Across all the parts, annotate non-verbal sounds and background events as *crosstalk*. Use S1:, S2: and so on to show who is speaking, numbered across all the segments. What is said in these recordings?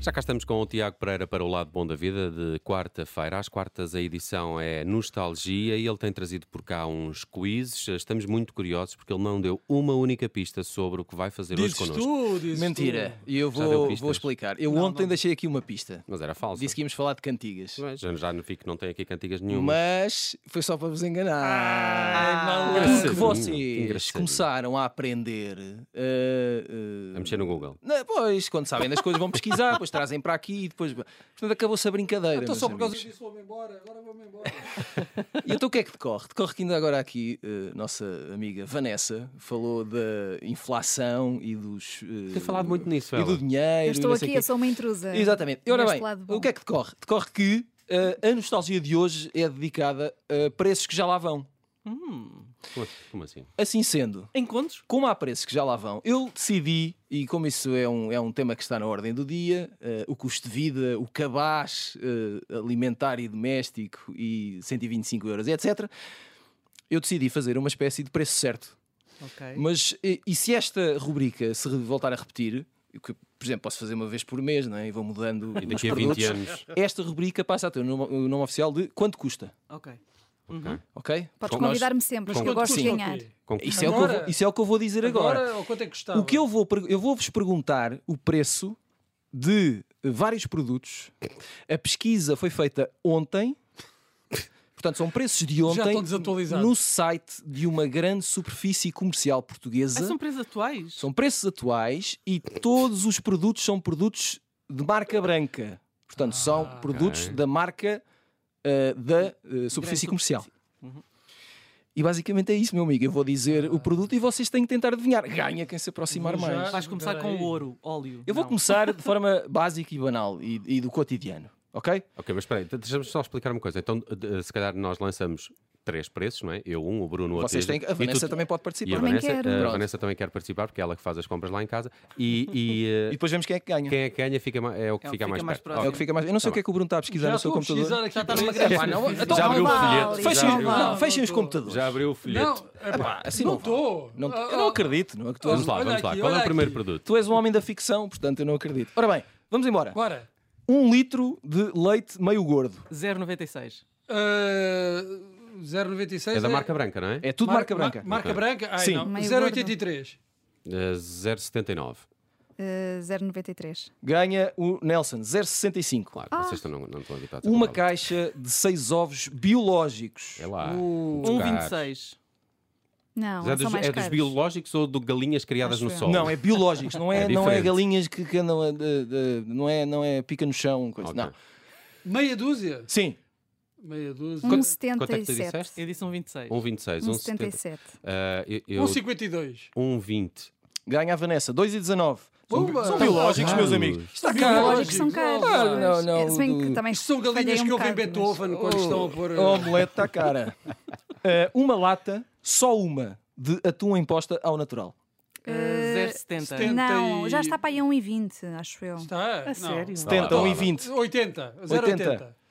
S1: Já cá estamos com o Tiago Pereira para o Lado Bom da Vida, de quarta-feira. Às quartas a edição é Nostalgia e ele tem trazido por cá uns quizzes. Estamos muito curiosos porque ele não deu uma única pista sobre o que vai fazer
S2: Dizes
S1: hoje connosco.
S2: tu, dizes
S3: Mentira,
S2: tu.
S3: e eu
S1: Já deu
S3: vou,
S1: pistas?
S3: vou explicar. Eu ontem deixei aqui uma pista.
S1: Mas era falso.
S3: Disse que íamos falar de cantigas.
S1: Bem, Já, já não fico, não tem aqui cantigas nenhuma.
S3: Mas foi só para vos enganar.
S2: Ah, não,
S3: porque
S1: engraçadinho,
S3: vocês
S1: engraçadinho.
S3: começaram a aprender. ah, ah,
S1: A mexer no Google.
S3: na- pois, quando sabem das coisas, vão pesquisar, depois trazem para aqui e depois. Portanto, acabou-se a brincadeira.
S2: Então só
S3: meus
S2: por causa
S3: amigos.
S2: disso vou-me embora, agora vou-me embora.
S3: *laughs* E então o que é que decorre? Decorre que ainda agora aqui eh, nossa amiga Vanessa falou da inflação e dos. eh,
S1: Tem falado muito nisso,
S3: E
S1: ela.
S3: do dinheiro.
S4: Eu
S3: e
S4: estou
S3: não sei
S4: aqui,
S3: quê.
S4: eu sou uma intrusa.
S3: Exatamente. E ora
S4: neste
S3: bem,
S4: lado bom.
S3: o que é que decorre? Decorre que eh, a nostalgia de hoje é dedicada a preços que já lá vão.
S1: Como- Como assim?
S3: Assim sendo,
S2: Encontros?
S3: como há preços que já lá vão, eu decidi, e como isso é um, é um tema que está na ordem do dia, eh, o custo de vida, o cabaz eh, alimentar e doméstico e 125 euros, etc., eu decidi fazer uma espécie de preço certo.
S2: Ok.
S3: Mas e, e se esta rubrica se voltar a repetir, que, por exemplo, posso fazer uma vez por mês, não é? e vou mudando
S1: E
S3: os
S1: daqui a
S3: produtos,
S1: 20 anos.
S3: esta rubrica passa a ter o nome, o nome oficial de quanto custa,
S2: Ok.
S3: ok?
S4: Podes
S3: Porque nós-
S4: convidar-me sempre,
S1: com-
S4: porque eu gosto de ganhar.
S1: Com-
S3: Isso é, o que eu vou,
S2: Agora-
S3: isso é o que eu vou dizer agora.
S2: Agora, ou quanto é que custava?
S3: O que eu vou per- eu vou vos perguntar o preço de vários produtos. A pesquisa foi feita ontem. Portanto, são preços de ontem
S2: estão desatualizados.
S3: no site de uma grande superfície comercial portuguesa.
S5: Ah, são preços atuais?
S3: São preços atuais e todos os produtos são produtos de marca branca. Portanto,
S2: Ah,
S3: são produtos da marca ah, da ah, superfície comercial.
S2: Uhum.
S3: E basicamente é isso, meu amigo. Eu vou dizer o produto e vocês têm que tentar adivinhar. Ganha quem se aproximar
S2: Vou já-
S3: mais.
S5: Vais começar
S2: Peraí.
S5: com ouro, óleo.
S3: Eu vou
S5: Não.
S3: começar
S2: *laughs*
S3: de forma básica e banal e, e do cotidiano, ok?
S1: Ok, mas espera aí, deixa-me só explicar uma coisa. Então, de- de- se calhar nós lançamos três preços, não é? Eu um, o Bruno outro.
S3: Vocês
S1: e
S3: têm,
S1: tu-
S3: a Vanessa
S1: e tu-
S3: também pode
S1: E a
S3: participar.
S4: Também
S1: Vanessa,
S4: quero.
S1: a
S3: Pronto.
S1: Vanessa também quer participar porque é ela que faz as compras lá em casa. E, e, eh,
S3: *laughs* E depois vemos quem é que ganha.
S1: quem é que ganha fica, ma- é o que Tá
S5: É o
S1: fica, mais, perto.
S5: próximo.
S3: É o que fica mais. Eu não sei o que é que o Bruno está a pesquisar
S2: já
S3: no seu
S2: estou a pesquisar
S3: computador.
S2: aqui. tá
S5: Já está numa
S2: preços.
S5: greve.
S3: não, então-
S1: Já abriu o
S4: vale,
S1: folheto.
S3: Fechem,
S1: já
S4: não
S1: abriu-
S4: vale.
S3: não, fechem os
S2: não tô.
S3: computadores.
S1: Já abriu o
S2: Não,
S1: folheto.
S2: epá,
S3: assim
S2: não
S3: não vale.
S2: estou.
S3: Não- eu não acredito. Não, é que tu,
S1: Vamos lá,
S2: Olha
S1: vamos lá.
S2: aqui,
S1: Qual é o
S2: olha
S1: primeiro
S2: aqui.
S1: produto?
S3: tu és um homem da ficção, portanto eu não acredito. Ora bem, vamos embora.
S2: Bora.
S3: Um litro de leite meio gordo.
S5: 0,96.
S2: Ah, 0,96.
S1: É da marca branca, não é?
S3: É tudo marca, branca.
S2: Marca
S1: Ok.
S2: branca? Ai,
S3: Sim.
S2: não.
S4: Meio
S2: 0,83.
S1: Eh, 0,79.
S4: Eh, 0,93.
S3: Ganha o Nelson 0,65.
S1: Claro, vocês estão, não, não estão habituados a
S3: Uma
S1: comprar.
S3: caixa de seis ovos biológicos.
S1: É lá.
S2: Uh,
S1: Tocar.
S5: 1,26.
S4: Não,
S1: Mas É
S4: são
S1: dos,
S4: mais
S1: é dos
S4: caros.
S1: biológicos ou de galinhas criadas
S4: Acho
S1: no
S4: eu.
S1: sol?
S3: Não, é biológicos,
S1: *laughs*
S3: não é,
S1: É
S3: não é
S1: diferente.
S3: galinhas que, que andam a, de- de- não, é, não é pica no chão, coisa.
S1: Ok.
S3: Não.
S2: Meia dúzia.
S3: Sim,
S2: Meia dúzia.
S1: Quanto é que tu
S4: 1,77.
S1: disseste?
S5: Eu disse 1,26.
S1: 1,26. 1,77.
S4: 1,77.
S1: Eh, eu- eu-
S2: 1,52.
S1: 1,20.
S3: ganha a Vanessa, 2 e 19. São, bi-
S2: Pumba!
S3: são biológicos, meus amigos.
S2: Está
S4: Biológicos são caros.
S3: Ah, não,
S4: pois.
S3: não,
S4: Eh, Se bem
S3: do-
S4: que também
S2: Isto são
S4: falhei
S2: galinhas
S4: um
S2: que ouvem
S4: bocado, mas-
S2: Beethoven
S3: Oh.
S2: quando estão a pôr.
S3: O omelete
S1: *laughs*
S3: está cara. Eh, uma lata, só uma, de atum em posta ao natural.
S5: Eh,
S2: setenta.
S5: 0,70.
S4: Não, já está para aí a 1,20, acho eu.
S2: Está?
S5: A sério?
S3: 70,
S1: Vá lá,
S3: 1 e
S1: vá lá.
S3: 20.
S2: 80.
S3: 80.
S2: 0,80.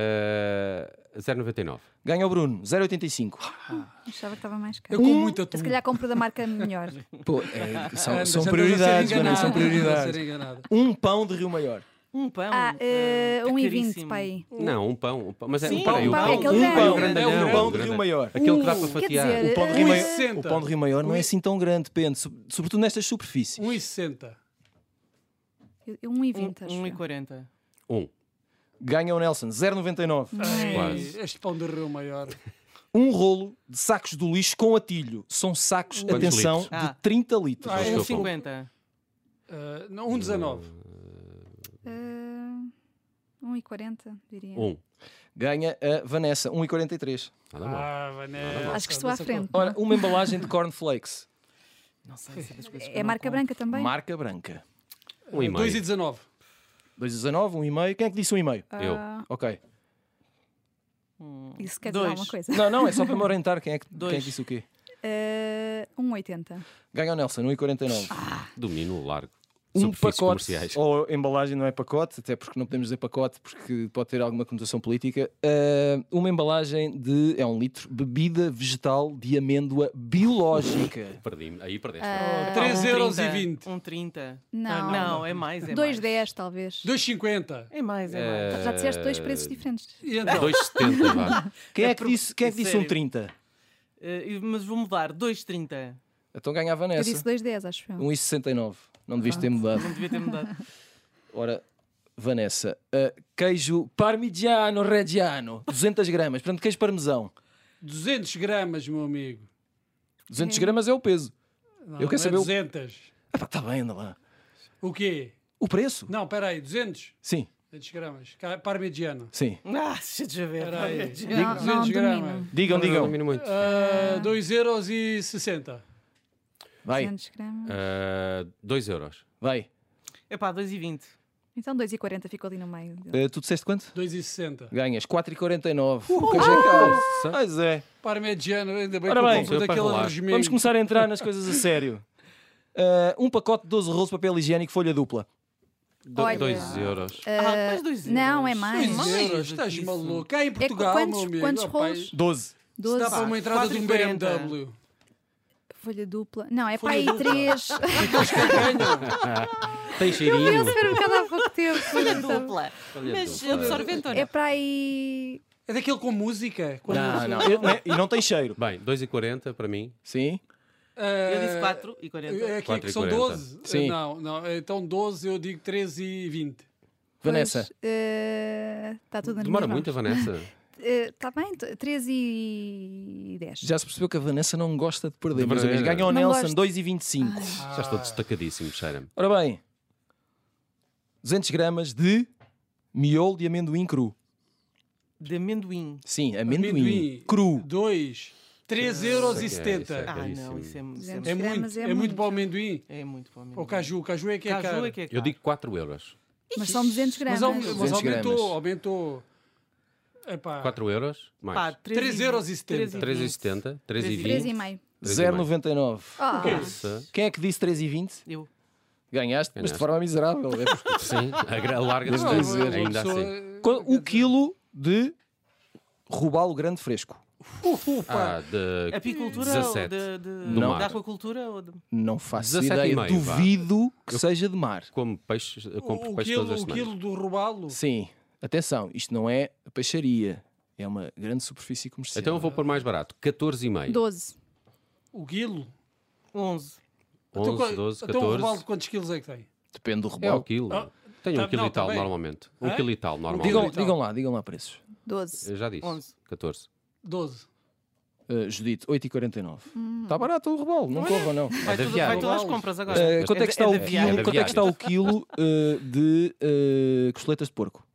S1: Eh, 0,99.
S3: Ganha o Bruno, 0,85.
S4: Achava que estava mais
S2: Eu
S4: caro.
S2: como muito atum.
S4: Hum? Se calhar compro da marca melhor.
S3: Pô, é, são, são
S2: Anda, Ah, já estás a ser
S3: prioridades,
S2: enganada,
S3: Vanessa, são
S2: já estás a
S3: prioridades.
S2: ser enganada.
S3: Um pão de Rio Maior.
S5: Um pão.
S4: Ah, eh,
S5: eh,
S4: 1,20
S5: caríssimo.
S4: para aí.
S1: Não, um pão. um pão. Mas é
S5: Sim,
S1: um pão.
S5: um
S1: aí, o
S5: pão, é
S1: pão.
S4: aquele
S3: Um
S4: grande.
S3: pão,
S2: O grande é o
S3: é um
S2: grande. é
S3: pão de Rio Maior.
S1: Aquele que dá para
S4: Quer
S1: fatiar.
S4: dizer,
S3: O pão de
S4: eh,
S3: Rio Maior,
S2: 1,60.
S3: o pão de Rio Maior não é assim tão grande, depende, sob- sobretudo nestas superfícies.
S2: 1,60.
S4: eu- eu 1,20 acho eu.
S5: 1,40.
S1: Um.
S3: Ganha o Nelson, 0,99.
S1: Quase.
S2: Este pão de rio maior.
S3: Um rolo de sacos do lixo com atilho. São sacos,
S1: Quantos
S3: atenção,
S1: litros?
S5: Ah.
S3: de 30 litros.
S2: Ah,
S1: eu
S5: 1,50.
S2: Ah, não, 1,19.
S4: Eh, 1,40 diria.
S1: Um.
S3: Ganha a Vanessa, 1,43.
S1: Nada mal.
S2: Ah, Vanessa.
S4: Acho que estou à
S2: dessa
S4: frente.
S3: Ora, uma embalagem de cornflakes.
S5: Não sei se é das coisas que eu
S4: É
S5: não
S4: marca
S5: compro.
S4: branca também?
S3: Marca branca.
S1: Um e meio.
S2: 2,19.
S3: 2,19, 1,5. Quem é que disse 1,5?
S1: Eu.
S3: Ok.
S4: Ah, Isso quer
S5: Dois.
S4: dizer alguma coisa?
S3: Não, não, é só para me orientar quem é que, quem é que
S5: Dois.
S3: disse o quê.
S4: Eh, 1,80.
S5: Ah,
S3: Ganha o Nelson, 1,49.
S1: Domino largo.
S3: um
S1: Superfícies
S3: pacote
S1: comerciais.
S3: ou embalagem não é pacote, até porque não podemos dizer pacote porque pode ter alguma conotação política. ah, uma embalagem de é um litro bebida vegetal de amêndoa biológica.
S1: Perdi-me. Aí perdeste.
S5: Ah,
S2: 3,20 euros.
S5: Um 30.
S4: Não.
S5: Ah, não, é mais. É mais.
S4: 2,10 talvez.
S2: 2,50.
S5: É mais, é mais.
S4: Já disseste dois preços diferentes.
S2: E então?
S1: 2,70, Eh, vá.
S3: Quem é que
S5: pro-
S3: disse, quem é que disse um
S5: sério.
S3: 30?
S5: Eh, mas vou mudar. 2,30.
S3: Então ganhava
S4: Eu
S3: nessa.
S4: disse 2,10, acho eu.
S3: 1,69. Não devias ter mudado.
S5: Não devia ter mudado.
S3: Ora, Vanessa, ah, queijo parmigiano reggiano, 200 gramas. Portanto, queijo parmesão.
S2: 200 gramas, meu amigo.
S3: 200 gramas é o peso.
S2: Não,
S3: Eu quero
S2: não é
S3: saber o-
S2: 200.
S3: Ah, pá, tá bem, anda lá.
S2: O quê?
S3: O preço?
S2: Não, espera aí. 200?
S3: Sim,
S2: 200 gramas. Ca- Parmigiano.
S3: sim.
S5: Ah, deixa de ver.
S2: Espera aí.
S4: Não, não
S2: 200 gramas.
S4: domino.
S3: Digam,
S1: Não
S3: digam.
S1: domino muito.
S2: Ah, 2,60€.
S3: Vai,
S4: 200
S1: Ah.
S4: gramas.
S1: 2 Eh, euros.
S3: vai.
S5: É pá, 2,20.
S4: Então 2,40 ficou ali no meio.
S3: Ah, tu disseste quanto?
S2: 2,60€.
S3: Ganhas 4,49. O queijo é
S4: Ah!
S3: caro. Pois é.
S2: Parmigiano, ainda bem
S3: Ora
S2: que eu
S3: bem,
S2: compro
S1: eu para
S2: daquele
S1: rolar.
S2: regimento.
S3: Vamos começar a entrar nas coisas a *laughs* sério. Ah, um pacote de 12 rolos de papel higiênico, folha dupla.
S1: 2
S4: Olha.
S1: euros.
S5: Ah, mas dois
S4: não,
S5: euros.
S4: é mais.
S5: Dois euros,
S2: euros, estás
S5: isso.
S2: maluco. Cá em Portugal,
S4: É quantos-
S2: meu amigo.
S4: quantos
S2: rapaz,
S4: rolos?
S3: 12.
S2: se
S4: 12,
S2: Dá para uma entrada de um
S5: 4,40.
S2: BMW.
S4: Ah, folha dupla. Não, é para
S2: Folha
S4: aí
S2: dupla.
S4: 3. *laughs*
S1: Tem cheirinho.
S4: Eles foram um bocado há pouco tempo.
S5: Folha
S4: então,
S5: dupla.
S1: Olha, então.
S5: Mas
S1: dupla.
S5: absorvente ou não?
S4: É para aí.
S2: É daquele com música. Com
S3: Não,
S2: música.
S3: não. Eu- né, E não tem cheiro.
S1: Bem, 2,40 para mim.
S3: *laughs* Sim.
S2: Ah,
S5: Eu disse 4 e 40.
S2: É aqui que são
S1: 4,40.
S2: 12?
S3: Sim.
S2: Não, não. Então 12 eu digo 13 e 20.
S3: Vanessa,
S4: pois, eh, Está tudo nas
S1: Demora
S4: minhas
S1: muito a
S4: mãos.
S1: Vanessa.
S4: Eh, Está bem, t- 13 e 10.
S3: já se percebeu que a Vanessa não gosta de perder.
S1: De
S3: meus amigos.
S1: maneira.
S3: Ganhou o
S4: Não
S3: Nelson
S4: gosto.
S3: 2,25.
S1: Já estou destacadíssimo, cheira-me.
S3: Ora bem, 200 gramas de miolo de amendoim cru.
S5: De amendoim.
S3: Sim, amendoim,
S2: Amendoim.
S3: cru.
S2: 2, 3,70 euros. e 70.
S5: Ah, não,
S1: Caríssimo.
S5: isso é, isso é,
S4: Duzentos.
S2: É
S4: Gramas
S2: muito,
S4: é
S2: é muito
S4: muito.
S2: para o amendoim.
S5: é muito para o amendoim.
S2: Ou caju, o caju é que é
S5: Caju
S2: caro.
S5: é que é caro.
S1: Eu digo 4 euros.
S4: Mas são 200 gramas.
S2: Mas, au- mas
S3: 200
S2: aumentou,
S3: gramas.
S2: aumentou. Epá,
S1: 4 euros,
S5: Pá,
S1: mais.
S5: três
S2: Três
S5: e-
S2: euros e setenta.
S5: três e vinte.
S1: 3,70, 3,20.
S4: 3,5.
S3: 0,99.
S4: Ah,
S1: Nossa.
S3: Quem é que disse 3,20?
S5: Eu.
S3: Ganhaste, mas de
S1: Ganhaste.
S3: forma miserável. é porque-
S1: Sim, agra- alarga-se
S2: não,
S1: dois,
S2: Ah, uma
S1: ainda
S2: pessoa-
S1: assim.
S3: Qu- o quilo de robalo grande fresco.
S1: Ah, de
S5: Apicultura
S1: 17.
S5: ou de, de,
S3: No
S5: não.
S1: mar.
S5: de aquacultura? Ou de...
S3: Não faço
S1: 17 e
S3: ideia.
S1: meio, vá.
S3: Duvido que seja de mar.
S1: Como peixes, eu compro
S2: o, o
S1: peixe
S2: quilo,
S1: todas as
S2: o
S1: semanas.
S2: quilo do robalo.
S3: Sim, atenção, isto não é peixaria. É uma grande superfície comercial.
S1: Então eu vou pôr mais barato, 14,5.
S4: 12.
S2: O quilo.
S5: 11.
S2: Então,
S1: 11, 12,
S2: Então o robalo de
S1: 14.
S2: quantos quilos é que tem?
S3: Depende do
S1: É o
S3: robalo.
S1: quilo.
S2: Ah,
S1: Tenho um
S2: tá-
S1: quilo
S2: não,
S1: e tal
S2: também.
S1: normalmente. Um
S2: Hã?
S1: quilo e tal
S3: Digam,
S1: normalmente.
S2: Então.
S3: digam lá, digam lá preços.
S4: 12.
S1: Eu já disse.
S5: Onze.
S1: 14.
S2: 12.
S3: Uh, Judite, 8,49.
S4: Hum.
S3: Está Tá barato o robalo, não corram não.
S5: Vai,
S1: da
S5: tudo,
S1: viagem.
S5: vai tudo às compras agora.
S3: Uh, quanto, é que
S5: da-
S3: está o
S5: da viagem.
S3: quilo,
S1: É da
S3: quanto é que está o quilo uh, de uh, costeletas de porco?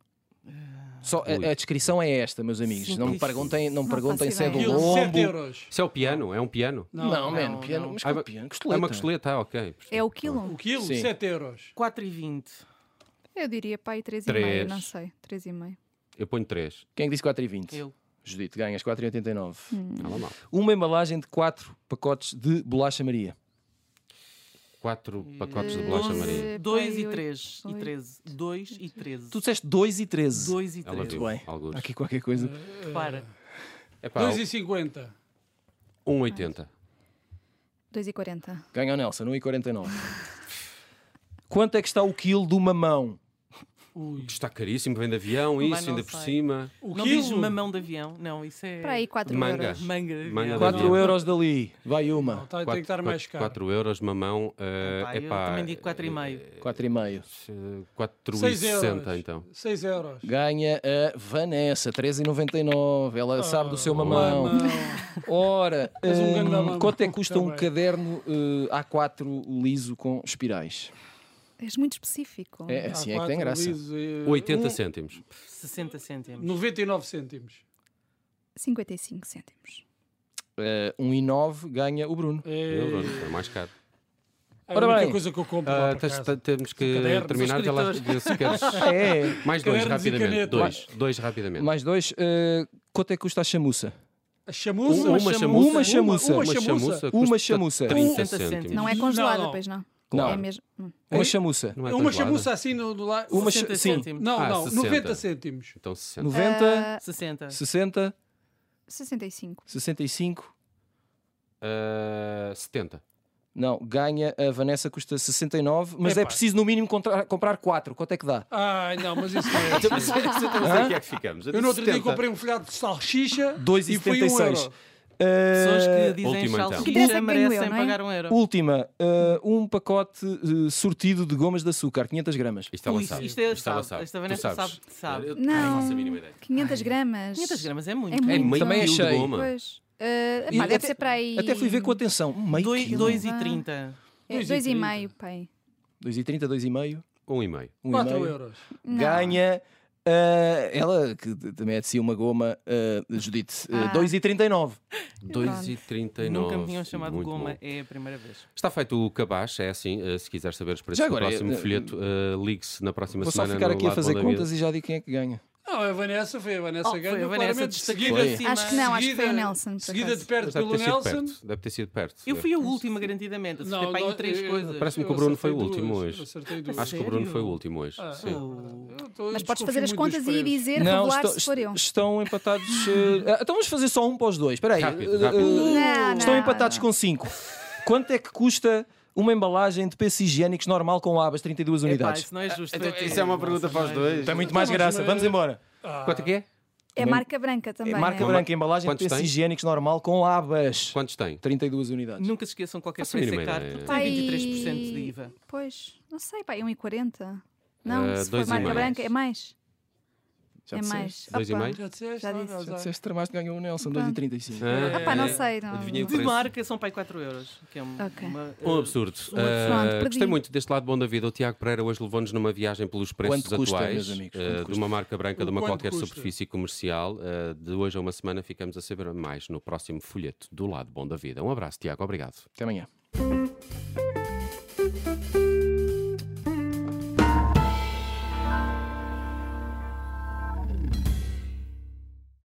S3: Só,
S1: Ui.
S3: a, a descrição é esta, meus amigos. Não me perguntem, não me
S4: Não
S3: perguntem
S4: faço
S3: se é do
S4: ideia.
S2: Quilo
S3: lombo.
S2: 7 euros.
S1: Isso é o piano, é um piano.
S3: Não,
S5: não,
S3: man,
S5: não.
S3: piano, mas
S1: Ah,
S3: que
S1: mas-
S3: piano, costeleta.
S1: É uma costeleta, ah, ok.
S4: É o quilo?
S2: O quilo,
S3: Sim.
S2: 7 euros.
S5: 4 e 20.
S4: Eu diria para aí 3,5.
S1: Três.
S4: Não sei. 3,5.
S1: Eu ponho 3.
S3: Quem é que disse 4,20?
S5: Eu.
S3: Judite, ganhas 4,89.
S1: Nada mal.
S3: Uma embalagem de 4 pacotes de bolacha Maria.
S1: 4 pacotes de bolacha
S4: Onze.
S1: maria.
S5: 2 e
S4: Oito,
S5: 3. E
S4: oito,
S5: 13. 2 e 13.
S3: Tu disseste 2 e 13.
S5: 2 e
S1: Ela
S5: 13.
S1: viu
S3: bem.
S1: alguns.
S3: Há Aqui qualquer coisa.
S5: Para.
S1: Epá,
S2: 2,50.
S1: 1,80.
S4: 2,40.
S3: Ganha o Nelson, 1,49. Quanto é que está o quilo do mamão?
S2: Ui.
S1: Isto está caríssimo, vem de avião,
S5: Também
S1: isso
S5: não
S1: ainda por
S5: sei.
S1: cima.
S2: O
S5: Não diz
S2: quilo.
S5: mamão de avião. Não, isso é.
S4: Para aí 4
S1: Manga.
S4: euros.
S5: Manga de
S1: Manga
S5: avião.
S1: de
S3: 4 euros dali, vai uma.
S2: Não, tá- tem que estar mais caro.
S1: 4 euros, mamão. eh,
S5: Epá, eu
S1: epá,
S5: também digo 4,5.
S3: 4,5.
S1: eh,
S2: Seis euros.
S1: 4,60 então.
S2: 6 euros.
S3: Ganha a Vanessa, 13,99. Ela sabe do seu mamão.
S2: Mamão.
S3: Ora,
S2: És um
S3: hum,
S2: grande mamão.
S3: quanto é que custa um
S2: Também.
S3: caderno eh, A4 liso com espirais?
S4: És muito específico.
S3: É assim é que
S2: A4
S3: tem graça.
S2: liso, eh,
S1: 80
S2: um-
S1: cêntimos.
S5: 60 cêntimos.
S2: 99 cêntimos.
S4: 55 cêntimos.
S3: Eh, 1,9 ganha o Bruno.
S1: Euros, é mais caro.
S2: É a
S3: Ora
S2: única
S3: bem.
S2: coisa que eu compro. lá
S1: Ah,
S2: para
S1: tens-
S2: casa.
S1: te- temos que
S2: Cadernos,
S1: terminar. Já lá, se queres,
S3: É,
S1: mais dois,
S2: Cadernos e
S1: rapidamente.
S2: caneta.
S1: Dois, dois rapidamente.
S3: *laughs* mais dois. eh, quanto é que custa a chamuça?
S2: A chamuça.
S1: Uma chamuça. é
S3: Uma chamuça.
S2: Uma chamuça.
S3: Uma
S1: custa
S3: chamuça.
S1: 30
S5: 60
S1: cêntimos.
S5: cêntimos.
S4: Não é congelada,
S2: não.
S4: pois não. É
S3: Não,
S4: mesmo. hum.
S3: uma chamuça.
S1: Não é
S2: Uma
S1: tabuada?
S2: chamuça assim no, no lado.
S3: Uma cha-
S5: 60
S3: sim.
S5: cêntimos.
S2: Não,
S1: Ah,
S2: não,
S1: 60.
S2: 90 cêntimos.
S1: Então 60.
S3: 90,
S4: Ah,
S5: 60.
S3: 60,
S4: 65.
S3: 65.
S1: Ah, *laughs* 70.
S3: Não, ganha a Vanessa, custa 69, mas é
S2: Epá.
S3: preciso no mínimo contra- comprar 4. Quanto é que dá?
S2: Ai, não, mas isso não é. assim.
S1: Então, que é que ficamos?
S2: Eu no outro dia comprei um folhado de salsicha e foi um
S3: 2,76.
S2: euro.
S5: Pessoas que
S1: última,
S5: dizem
S1: então.
S4: O que
S5: salsicha
S4: interessa é que ganho eu,
S5: merecem
S4: não é?
S5: pagar um euro.
S3: Última, eh, um pacote eh, sortido de gomas de açúcar, 500 gramas.
S1: Isto ela
S5: Ui,
S1: sabe.
S5: isto eu
S1: ela
S5: sabe.
S1: sabe.
S5: Esta
S1: Tu
S5: Vanessa
S1: sabes.
S5: sabe- sabe.
S1: Eu
S4: Não.
S1: não faço a mínima ideia.
S4: 500 gramas.
S5: 500 gramas é muito.
S4: É muito.
S1: meio
S4: Também
S1: quilo de
S3: achei.
S1: goma.
S4: Pois. Ah,
S3: E
S4: pá, deve
S3: até-
S4: ser para aí.
S3: Até fui ver com atenção. Um meio
S5: Dois-
S3: quilo.
S5: dois e
S4: Ah.
S5: trinta.
S4: É,
S2: Dois e
S4: dois e
S2: trinta.
S4: meio, pai.
S3: 2,30, 2,5.
S1: Um e meio.
S2: 4
S3: 1,5.
S2: euros.
S4: Não.
S3: Ganha. eh, ela, que t- também é de si uma goma, eh, Judite, eh,
S4: Ah.
S3: 2,39.
S1: 2,39.
S5: Nunca me tinham chamado
S1: Muito
S5: goma,
S1: bom.
S5: é a primeira vez.
S1: Está feito o cabaz, é assim. eh, Se quiser saber os preços
S3: Já
S1: do
S3: agora,
S1: próximo
S3: eh,
S1: folheto, eh, ligue-se na próxima
S3: Vou só
S1: semana.
S3: ficar
S1: no
S3: aqui a
S1: Lado
S3: fazer
S1: Bom da Vida.
S3: contas e já digo quem é que ganha.
S2: Não, a Vanessa foi a Vanessa
S5: Oh, foi
S2: ganha.
S5: a Vanessa,
S2: claramente,
S5: destacou
S2: seguida,
S3: Foi.
S5: acima.
S4: Acho que não, acho que foi o
S2: seguida-
S4: Nelson. por
S2: Seguida de
S4: acaso.
S2: perto
S1: Mas deve
S2: pelo
S1: ter sido
S2: Nelson.
S1: perto. Deve ter sido perto.
S5: Eu fui a última, garantidamente. Acertei para aí em três
S2: eu-
S5: coisas.
S1: Parece-me que o
S2: eu
S1: Bruno foi o
S2: acertei
S1: último
S2: duas,
S1: hoje.
S2: eu Acertei duas.
S1: Acho que o Bruno
S5: sério?
S1: foi o último hoje.
S2: Ah,
S1: Sim.
S5: Oh.
S2: Eu tô-
S4: Mas
S2: eu
S4: podes
S2: desconfio
S4: fazer as
S2: muito dos
S4: contas e
S2: preços.
S4: dizer, revelar
S3: estão,
S4: se for eu.
S3: estão *laughs* empatados. eh, ah, então vamos fazer só um para os dois. Espera aí.
S1: Rápido,
S3: eh, eh,
S1: rápido. Não,
S4: não,
S3: estão empatados
S4: não.
S3: com 5. Quanto é que custa uma embalagem de peços higiênicos normal com abas, 32
S5: Epá,
S3: unidades?
S5: isso não é justo.
S6: Então,
S5: para ti,
S6: isso é uma
S5: Nelson,
S6: pergunta para os
S5: não é
S6: dois.
S5: justo.
S3: Tem muito mais
S4: Então,
S2: Mas,
S3: graça.
S2: mas-
S3: Vamos embora.
S2: Ah,
S1: Quanto é que é?
S4: É marca branca eh, também.
S3: É marca
S4: não
S1: Uma-
S3: branca, embalagem de
S1: Quantos
S3: peços
S1: tem?
S3: higiênicos normal com abas.
S1: Quantos tem?
S3: 32 unidades.
S5: Nunca se esqueçam qualquer
S1: Faço a
S5: preço
S1: mínima
S5: é caro,
S1: ideia.
S5: porque
S4: Pai-
S5: tem 23% de IVA.
S4: Pois, não sei, pá, é 1,40. Não,
S1: Ah,
S4: se for
S1: dois e
S4: marca
S1: meio.
S4: branca, é mais.
S3: Já
S4: é
S3: disseste.
S4: mais.
S1: Dois e
S4: Opa.
S1: meio?
S2: Já disseste?
S4: Já
S2: olha,
S4: disse.
S3: Já
S2: azar.
S3: disseste, tramaste ganhou o Nelson,
S4: Pronto.
S3: 2,35.
S1: Ah,
S4: Opá, não sei. Não,
S1: Adivinha o
S5: De
S1: preço.
S5: marca são para aí 4 euros. Que é uma,
S4: Ok.
S5: uma,
S1: Um
S5: eh,
S1: absurdo.
S5: um
S1: Ah,
S4: Pronto, perdi.
S1: gostei muito deste lado bom da vida. O Tiago Pereira hoje levou-nos numa viagem pelos preços
S3: Quanto custa,
S1: atuais
S3: meus amigos?
S1: ah,
S3: Quanto
S1: de
S3: custa?
S1: uma marca branca,
S2: O
S1: de uma
S2: quanto
S1: qualquer
S2: custa?
S1: superfície comercial. Ah, de hoje a uma semana ficamos a saber mais no próximo folheto do lado bom da vida. Um abraço, Tiago. Obrigado.
S3: Até amanhã.